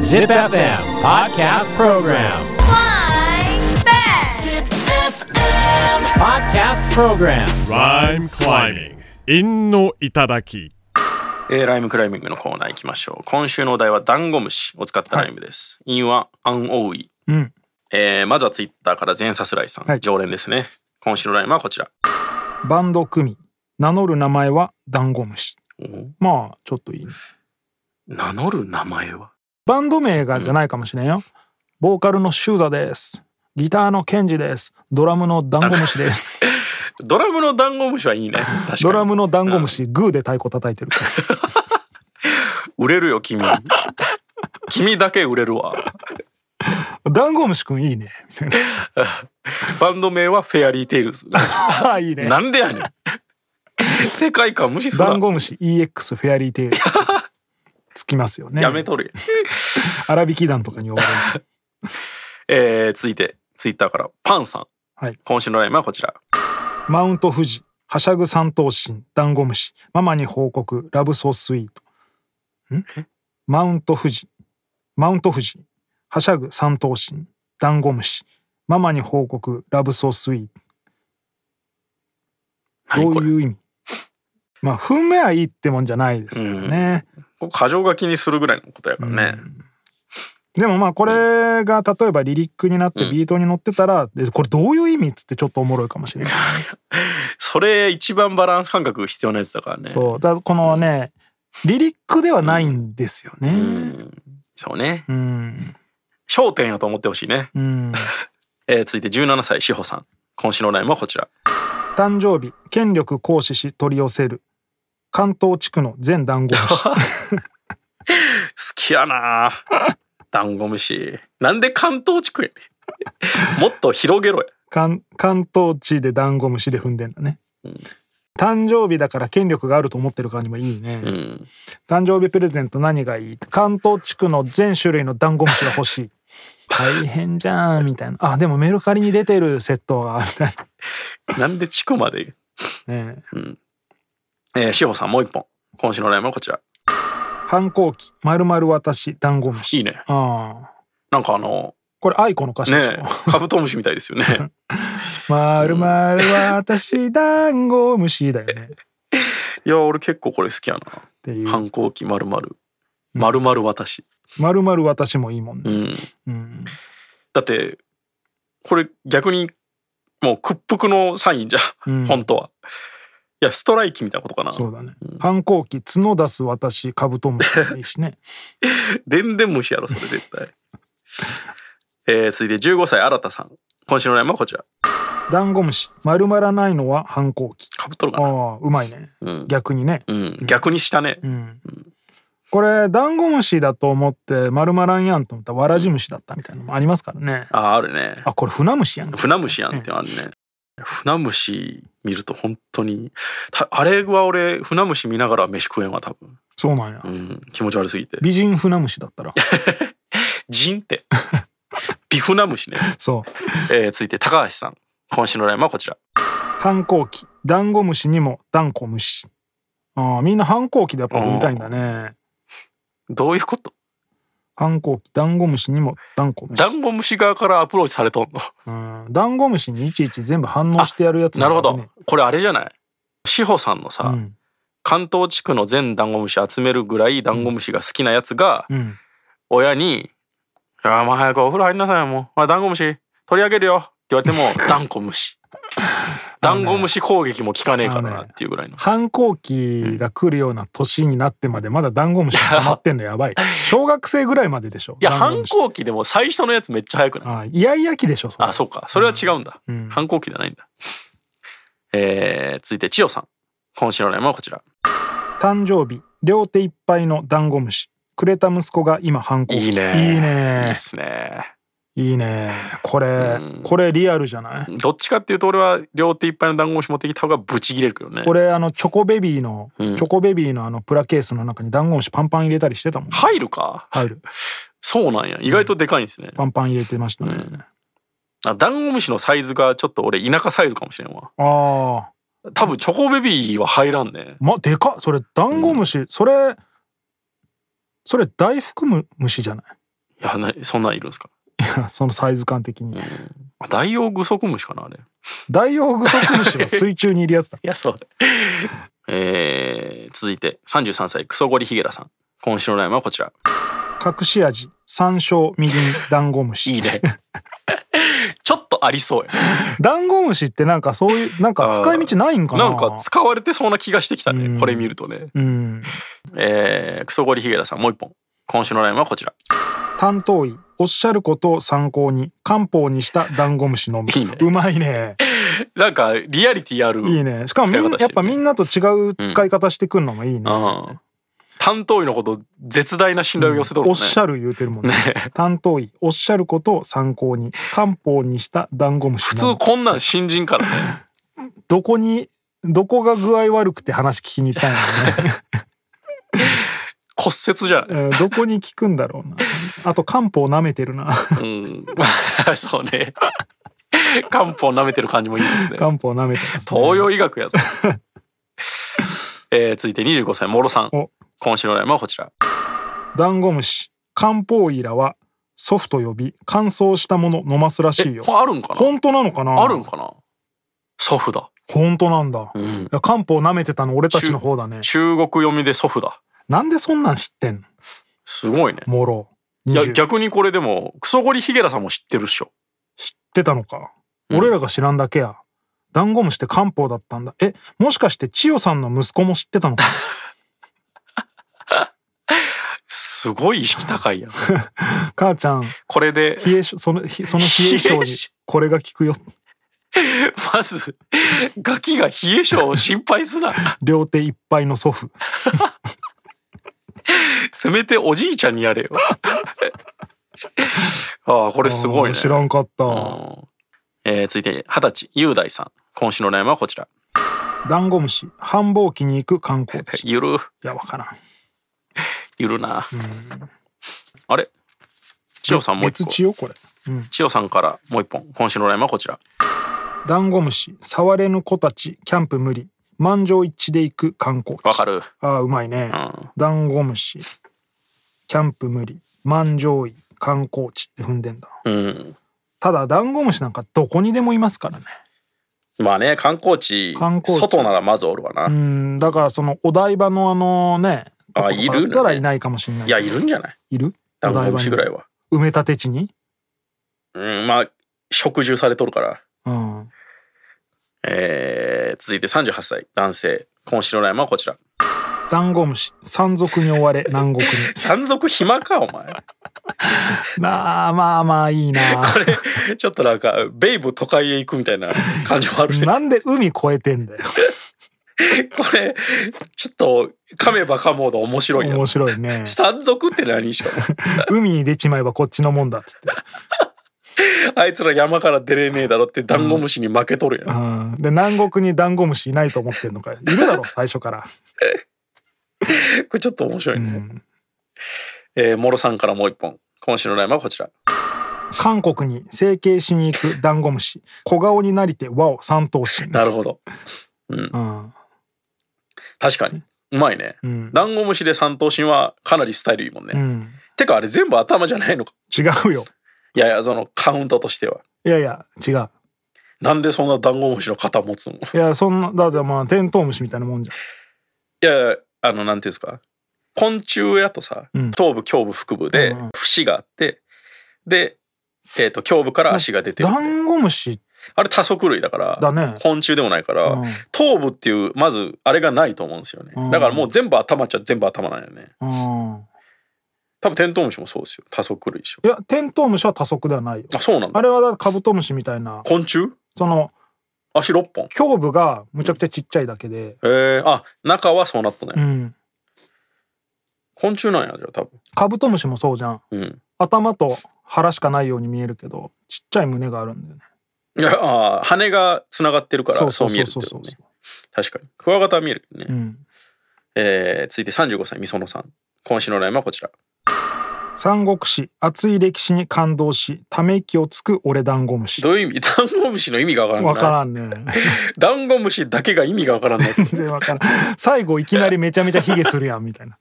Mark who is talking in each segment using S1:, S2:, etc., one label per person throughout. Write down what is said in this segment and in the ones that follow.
S1: Zip FM Podcast Program.
S2: Flying back.
S1: Podcast Program.
S3: Rhyme climbing. 陰の頂き。
S4: えーライムクライミングのコーナー行きましょう今週のお題はダンゴムシを使ったライムです、インはアンオウイ、
S5: うん
S4: えーまずはツイッターから全サスライさん、
S5: はい
S4: 常連ですね今週のライムはこちら
S5: バンド組み名乗る名前はダンゴムシまあちょっといいね
S4: 名乗る名前は
S5: バンド名がじゃないかもしれんよ、ボーカルのシューザですギターのケンジですドラムのダンゴムシです
S4: ドラムのダンゴムシはいい ね 確かに
S5: ドラムのダンゴムシグーで太鼓叩いてるから
S4: 売れるよ 君君だけ売れるわ
S5: ダンゴムシくんいい ね
S4: バンド名はフェアリーテイルズ
S5: ああいいね
S4: なんでやねん世界観無視す
S5: ダ
S4: な
S5: ンゴムシ EX フェアリーテイルつきますよね
S4: やめとるやん
S5: 粗挽き団とかに呼ばれる
S4: えー続いてツイッターからパンさん、
S5: はい
S4: 今週のライムはこちら
S5: マウント富士はしゃぐ三頭身ダンゴムシママに報告ラブソースイートんマウント富士マウント富士はしゃぐ三頭身ダンゴムシママに報告ラブソースイート
S4: 何
S5: ど
S4: こ
S5: う
S4: れ
S5: いう意味まあ踏めはいいってもんじゃないですけどね、
S4: ここ過剰書きにするぐらいのことやからね、
S5: でもまあこれが例えばリリックになってビートに乗ってたら、でこれどういう意味っつってちょっとおもろいかもしれない
S4: それ一番バランス感覚必要なやつだからね
S5: そうだからこのね、リリックではないんですよね。
S4: んそうね
S5: うん、
S4: 焦点やと思ってほしいね、
S5: うん、
S4: えー続いて17歳志保さん今週のライムはこちら
S5: 誕生日権力行使し取り寄せる関東地区の全団子 虫
S4: 好きやなぁ ダンゴムシなんで関東地区やねん もっと広げろや
S5: 関関東地で団子虫で踏んでんだね。誕生日だから権力があると思ってる感じもいいね、
S4: うん
S5: 誕生日プレゼント何がいい関東地区の全種類のダンゴムシが 欲しい大変じゃんみたいなあでもメルカリに出てるセットがみたい
S4: なんで地区まで、
S5: なね
S4: えー、志保さんもう一本今週のライムはこちら
S5: 反抗期まるまる私ダンゴムシ
S4: いいね
S5: ああ
S4: なんかあの
S5: これ愛子の歌詞でしょ、
S4: ねえカブトムシみたいですよね
S5: まるまる私ダンゴムシだよねっ
S4: いや俺結構これ好きやな
S5: ていう
S4: 反抗期まるまるまるまる私
S5: まるまる私もいいもん
S4: う
S5: ね、
S4: ん
S5: うん、
S4: だってこれ逆にもう屈服のサインじゃ、
S5: ん
S4: ん、本当はいやストライキみたいなことかな
S5: そうだね反抗期角出す私カブトムシでもいいしね
S4: でんでん虫やろそれ絶対 えー、続いて15歳新田さん今週のラインはこちら
S5: ダンゴムシ丸まらないのは反抗期
S4: かぶっとるか
S5: あ
S4: な
S5: あうまいね、
S4: うん
S5: 逆にね、
S4: うん逆にしたね、
S5: うんこれダンゴムシだと思って丸まらんやんと思ったらわらじ虫だったみたいなのもありますからね
S4: あああるね
S5: あこれ船虫やんか
S4: 船虫やんってのあるね、船虫見ると本当にたあれは俺船虫見ながら飯食えんわ多分、
S5: そうなんや
S4: うん、気持ち悪すぎて
S5: 美人船虫だったら
S4: ジンってビフナムシね、
S5: そう
S4: えー、続いて高橋さん今週のラインはこちら
S5: 反抗期ダンゴムシにもダンコムシあーみんな反抗期でやっぱ踏みたいんだね
S4: どういうこと
S5: 反抗期ダンゴムシにもダンコムシ
S4: ダンゴムシ側からアプローチされとんの
S5: うんダンゴムシにいちいち全部反応してやるや つ
S4: なるほ
S5: んだね
S4: どこれあれじゃない志保さんのさ、
S5: うん
S4: 関東地区の全ダンゴムシ集めるぐらいダンゴムシが好きなやつが
S5: うん
S4: 親に「あまあ早くお風呂入りなさいもう、まあ、ダンゴムシ取り上げるよ」って言われても 「ダンゴムシ」ダンゴムシ攻撃も効かねえからなっていうぐらいの
S5: 反抗期が来るような年になってまでまだダンゴムシにハマってんの やばい小学生ぐらいまででしょ
S4: いや
S5: ダンゴ
S4: 反
S5: ムシ
S4: 抗期でも最初のやつめっちゃ早くない
S5: あーイヤイヤ期でしょそれ
S4: あそうかそれは違うんだ、
S5: うん
S4: 反抗期じゃないんだえー、続いて千代さん今週のラインはこちら
S5: 誕生日両手いっぱいのダンゴムシくれた息子が今反抗
S4: い
S5: 期
S4: いね
S5: いい
S4: いい
S5: ね
S4: っすね
S5: いいねこれ
S4: うん
S5: これリアルじゃない
S4: どっちかっていうと俺は両手いっぱいのダンゴムシ持ってきた方がブチ切れるけどね
S5: 俺あのチョコベビーの、
S4: うん
S5: チョコベビーのあのプラケースの中にダンゴムシパンパン入れたりしてたもん
S4: 入るか
S5: 入る
S4: そうなんや意外とでかいんですね、
S5: パンパン入れてましたね、
S4: うんあダンゴムシのサイズがちょっと俺田舎サイズかもしれんわ
S5: ああ
S4: 多分チョコベビーは入らんね
S5: までかっそれダンゴムシ、それそれ大福む虫じゃない
S4: いやなそんなんいるんですか
S5: いやそのサイズ感的に、
S4: あダイオウグソクムシかなあれい
S5: ダイオウグソクム シは水中にいるやつだ
S4: やそうだ えー、続いて33歳クソゴリヒゲラさん今週のラインはこちら
S5: 隠し味山椒みりんダンゴムシ
S4: いい ねちょっとありそうや
S5: ダンゴムシってなんかそういうなんか使い道ないんか
S4: な
S5: な
S4: んか使われてそうな気がしてきたねこれ見るとね
S5: うん
S4: えー、クソゴリヒゲラさんもう一本今週のラインはこちら
S5: 担当医おっしゃることを参考に漢方にしたダンゴムシのみ
S4: いいね
S5: うまいね
S4: なんかリアリティある
S5: いいねしかもみん
S4: 使い方してるね
S5: やっぱみんなと違う使い方してくんのもいいね、
S4: うん担当医のこと絶大な信頼を寄せとる
S5: お
S4: も
S5: っ
S4: んね、
S5: しゃる言うてるもんね担当医おっしゃることを参考に漢方にしたダンゴムシ
S4: 普
S5: の
S4: 通
S5: み
S4: こんなん新人からね
S5: どこにどこが具合悪くて話聞きに行ったんやろね、
S4: 骨折じゃない
S5: うんどこに効くんだろうなあと漢方舐めてるな
S4: うん そうね漢方舐めてる感じもいいですね
S5: 漢方舐めてます、ね、
S4: 東洋医学やぞえー、続いて25歳もろさん
S5: お
S4: 今週のラインはこちら
S5: ダンゴムシ漢方医らは祖父と呼び乾燥したもの飲ますらし
S4: え
S5: いよ
S4: これあるんかな
S5: 本当なのかな
S4: あるんかな祖父だ、
S5: 本当なんだ、
S4: う
S5: い
S4: ん、
S5: や漢方舐めてたの俺たちの方だね
S4: 中国読みで祖父だ
S5: なんでそんなん知ってんの
S4: すごいね
S5: もろ
S4: いや
S5: 20知っ
S4: 逆にこれでもクソゴリヒゲラさんも知ってるっしょ
S5: てたのか、俺らが知らんだけやダンゴムシって漢方だったんだえもしかして千代さんの息子も知ってた のか
S4: すごい意識高いやん
S5: 母ちゃん
S4: これで
S5: 冷え性そのひその冷え性
S4: 冷え
S5: に
S4: 性
S5: これが効くよ
S4: まずガキが冷え性を心配すな
S5: 両手いっぱいの祖父
S4: せめておじいちゃんにやれよああこれすごい
S5: あ
S4: ね
S5: ー知らんかった、
S4: うんえー続いて二十歳雄大さん今週の悩みはこちら
S5: ダンゴムシ繁忙期に行く観 光地い
S4: ゆる
S5: やわからん
S4: ゆるなあれ千代さんもう一
S5: 別
S4: 個
S5: 地よこれ
S4: 千代さんからもう一本今週の悩みはこちら
S5: ダンゴムシ触れぬ子たちキャンプ無理満場一致で行く観光地
S4: わかる
S5: ああうまいね、
S4: ん
S5: ダンゴムシキャンプ無理満場位観光地って踏んでんだ
S4: うん
S5: ただダンゴムシなんかどこにでもいますからね
S4: まあね観光地
S5: 観光地
S4: 外ならまずおるわな、
S5: うんだからそのお台場のあのね
S4: あ
S5: とことか
S4: いるね
S5: だったらいないかもしれない
S4: いやいるんじゃない
S5: いる
S4: ダンゴムシぐらい
S5: お台
S4: は
S5: 場に埋め立て地に
S4: うんまあ食住されとるから
S5: うん
S4: えー続いて38歳男性今週の悩みはこちら
S5: ダンゴムシ山賊に 追われ南国に
S4: 山賊暇かお前
S5: まあまあまあいいな
S4: これちょっとなんかベイブ都会へ行くみたいな感じもあるね
S5: なんで海越えてんだよ
S4: これちょっと噛めば噛もうと面白いよ
S5: 面白いね
S4: 山賊って何しか
S5: 海にできちまえばこっちのもんだっつっ て
S4: あいつら山から出れねえだろってダンゴムシに負けとるやん、
S5: うんで南国にダンゴムシいないと思ってんのかいるだろ最初から、
S4: これちょっと面白いうね、
S5: ん、
S4: えー、モロさんからもう一本今週のラインはこちら
S5: 韓国に整形しに行くダンゴムシ小顔になりて和を三頭身
S4: なるほど
S5: うん
S4: 確かにうまいね、
S5: ん
S4: ダンゴムシで三頭身はかなりスタイルいいもんね、
S5: うん、
S4: てかあれ全部頭じゃないのか
S5: 違うよ
S4: いやいやそのカウントとしてはい
S5: やいや違う
S4: なんでそんなダンゴムシの肩持つのい
S5: いやそんなだってまあテントウムシみたいなもんじ
S4: やいやあのなんていうんですか昆虫やとさ、
S5: うん
S4: 頭部胸部腹部で
S5: うんうん
S4: 節があってで、えー、と胸部から足が出て
S5: ゃ
S4: る
S5: んダンゴムシ
S4: あれ多足類だから
S5: だね
S4: 昆虫でもないから、
S5: うん
S4: 頭部っていうまずあれがないと思うんですよね、
S5: うん
S4: だからもう全部頭っちゃ全部頭なんよね
S5: うん
S4: 多分テントウムシもそうですよ多足類でしょ
S5: いやテントウムシは多足ではないよ
S4: あそうなん
S5: あ
S4: だ
S5: れはだカブトムシみたいな
S4: 昆虫
S5: その
S4: 足6本
S5: 胸部がむちゃくちゃちっちゃいだけで、
S4: えー、あ中はそうなったね、
S5: うん、
S4: 昆虫なんやじゃあ多分
S5: カブトムシもそうじゃん
S4: うん
S5: 頭と腹しかないように見えるけどちっちゃい胸があるんだよね
S4: いやあー羽がつながってるからそう見えるってことね確かにクワガタは見えるよね、
S5: うん
S4: えー続いて35歳みそのさん今週のラインはこちら
S5: 三国志熱い歴史に感動しため息をつく俺ダンゴムシ
S4: どういう意味 ダンゴムシの意味がわからん
S5: わ
S4: く
S5: か
S4: ない
S5: らんね
S4: ダンゴム シだけが意味がわからんない
S5: 全然わからん最後いきなりめちゃめちゃヒゲするやんみたいな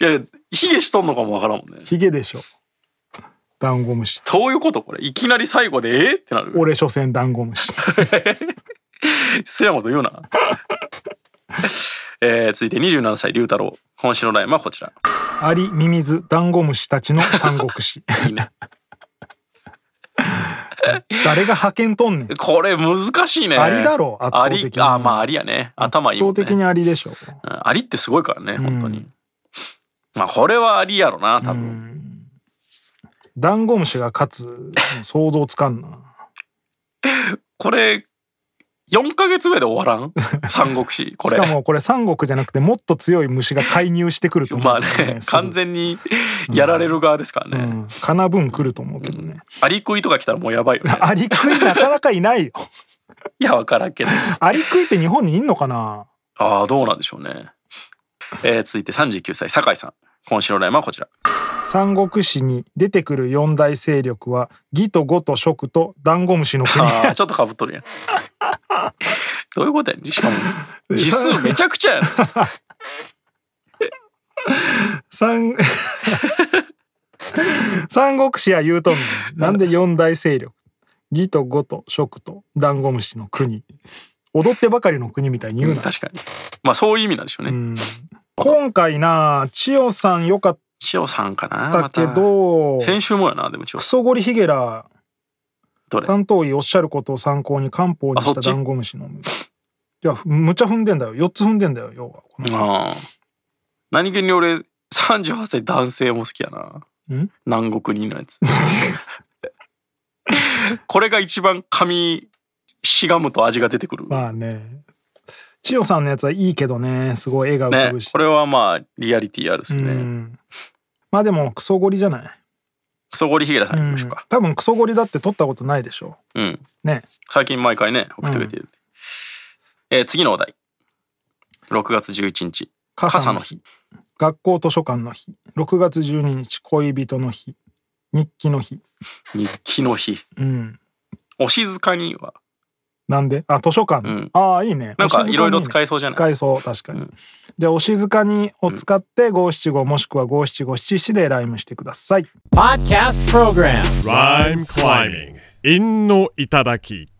S4: いやヒゲしとんのかもわからんもんね
S5: ヒゲでしょ。ダンゴムシ。
S4: どういうことこれいきなり最後でえーってなる
S5: 俺所詮ダンゴムシ。
S4: すやもと言う な。えー、続いて27歳龍太郎今週のラインはこちら
S5: アリ、ミミズ、ダンゴムシたちの三国 志。
S4: いいね
S5: 誰が派遣とんねん。
S4: これ難しいね
S5: アリだろ圧
S4: あ
S5: 倒的
S4: り
S5: に
S4: あまあありやね頭いい
S5: 圧
S4: も
S5: 倒
S4: んね
S5: 的にアリでしょ。
S4: うんアリってすごいからね本当に、まあこれはアリやろな多分、
S5: ダンゴムシが勝つの想像つかんな。
S4: これ4ヶ月目で終わ らん三国志 こ
S5: し
S4: れ
S5: かもこれ三国じゃなくてもっと強い虫が介入してくると思
S4: まあ
S5: うけど、
S4: ね完全にやられる側ですからね、
S5: うん。かな分来ると思うけどね。
S4: アリ食いとか来たらもうやばいよね
S5: アリクイなかなかい ないよ。
S4: いやわからんけど
S5: アリクイって日本にいんのかな
S4: ああどうなんでしょうね、えー、続いて39歳酒井さん今週のラインはこちら
S5: 三国志に出てくる四大勢力は義と呉と蜀とダンゴムシの国。
S4: あーちょっとかぶっとるやんどういうことやねんし かも字数めちゃくちゃやな
S5: 三 三国志や言うとんのになんで四大勢力義と呉と蜀とダンゴムシの国踊ってばかりの国みたいに言うな、
S4: 確かにまあそういう意味なんでしょうね、
S5: うん今回な千代さんよかっ
S4: 千代さんかな
S5: た
S4: ま
S5: け
S4: た
S5: ど、
S4: 先週もやなでも千代
S5: ク
S4: さん
S5: ソゴリヒゲラ
S4: どれ
S5: 担当医おっしゃることを参考に漢方に
S4: あそ
S5: し
S4: ったち
S5: ダンゴムシのむいやむちゃ踏んでんだよ4つ踏んでんだよ要はこの
S4: ああ何気に俺38歳男性も好きやなん南国人のやつ これが一番髪しがむと味が出てくる、
S5: まあね千代さんのやつはいいけどねすごい絵が浮か
S4: ね
S5: ぶし、
S4: これはまあリアリティあるっす
S5: う
S4: ね
S5: んまあでもクソゴリじゃない、
S4: クソゴリヒゲラさんいきましょうか
S5: 多分クソゴリだって撮ったことないでしょ
S4: うん、
S5: ね
S4: 最近毎回ね送ってくれてる、えー次のお題6月11日傘の日
S5: 学校図書館の日6月12日恋人の日日記の日
S4: 日記の日
S5: うん
S4: お静かには
S5: なんであ図書館、
S4: うん
S5: ああいいね
S4: なん
S5: お静
S4: か
S5: に
S4: いろいろ使えそうじゃない
S5: 使えそう確かに、
S4: うん
S5: じゃあ「お静かに」を使って五七五もしくは五七五七七でライムしてください
S1: Podcast Program
S3: Rhyme climbing. 陰の頂き。